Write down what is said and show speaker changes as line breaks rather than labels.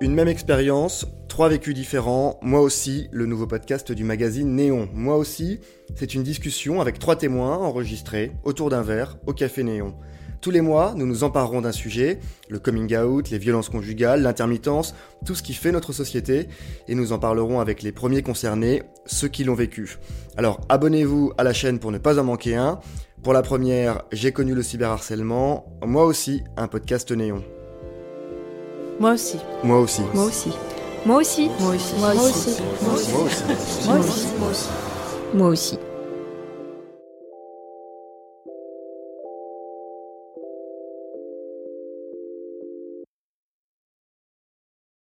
Une même expérience, trois vécus différents, moi aussi, le nouveau podcast du magazine Néon. Moi aussi, c'est une discussion avec trois témoins enregistrés autour d'un verre au café Néon. Tous les mois, nous nous emparerons d'un sujet, le coming out, les violences conjugales, l'intermittence, tout ce qui fait notre société, et nous en parlerons avec les premiers concernés, ceux qui l'ont vécu. Alors abonnez-vous à la chaîne pour ne pas en manquer un. Pour la première, j'ai connu le cyberharcèlement, moi aussi, un podcast néon.
Moi aussi.
Moi aussi.
Moi aussi.
Moi aussi.
Moi aussi.
Moi aussi.
Moi aussi.
Moi aussi.
Moi aussi.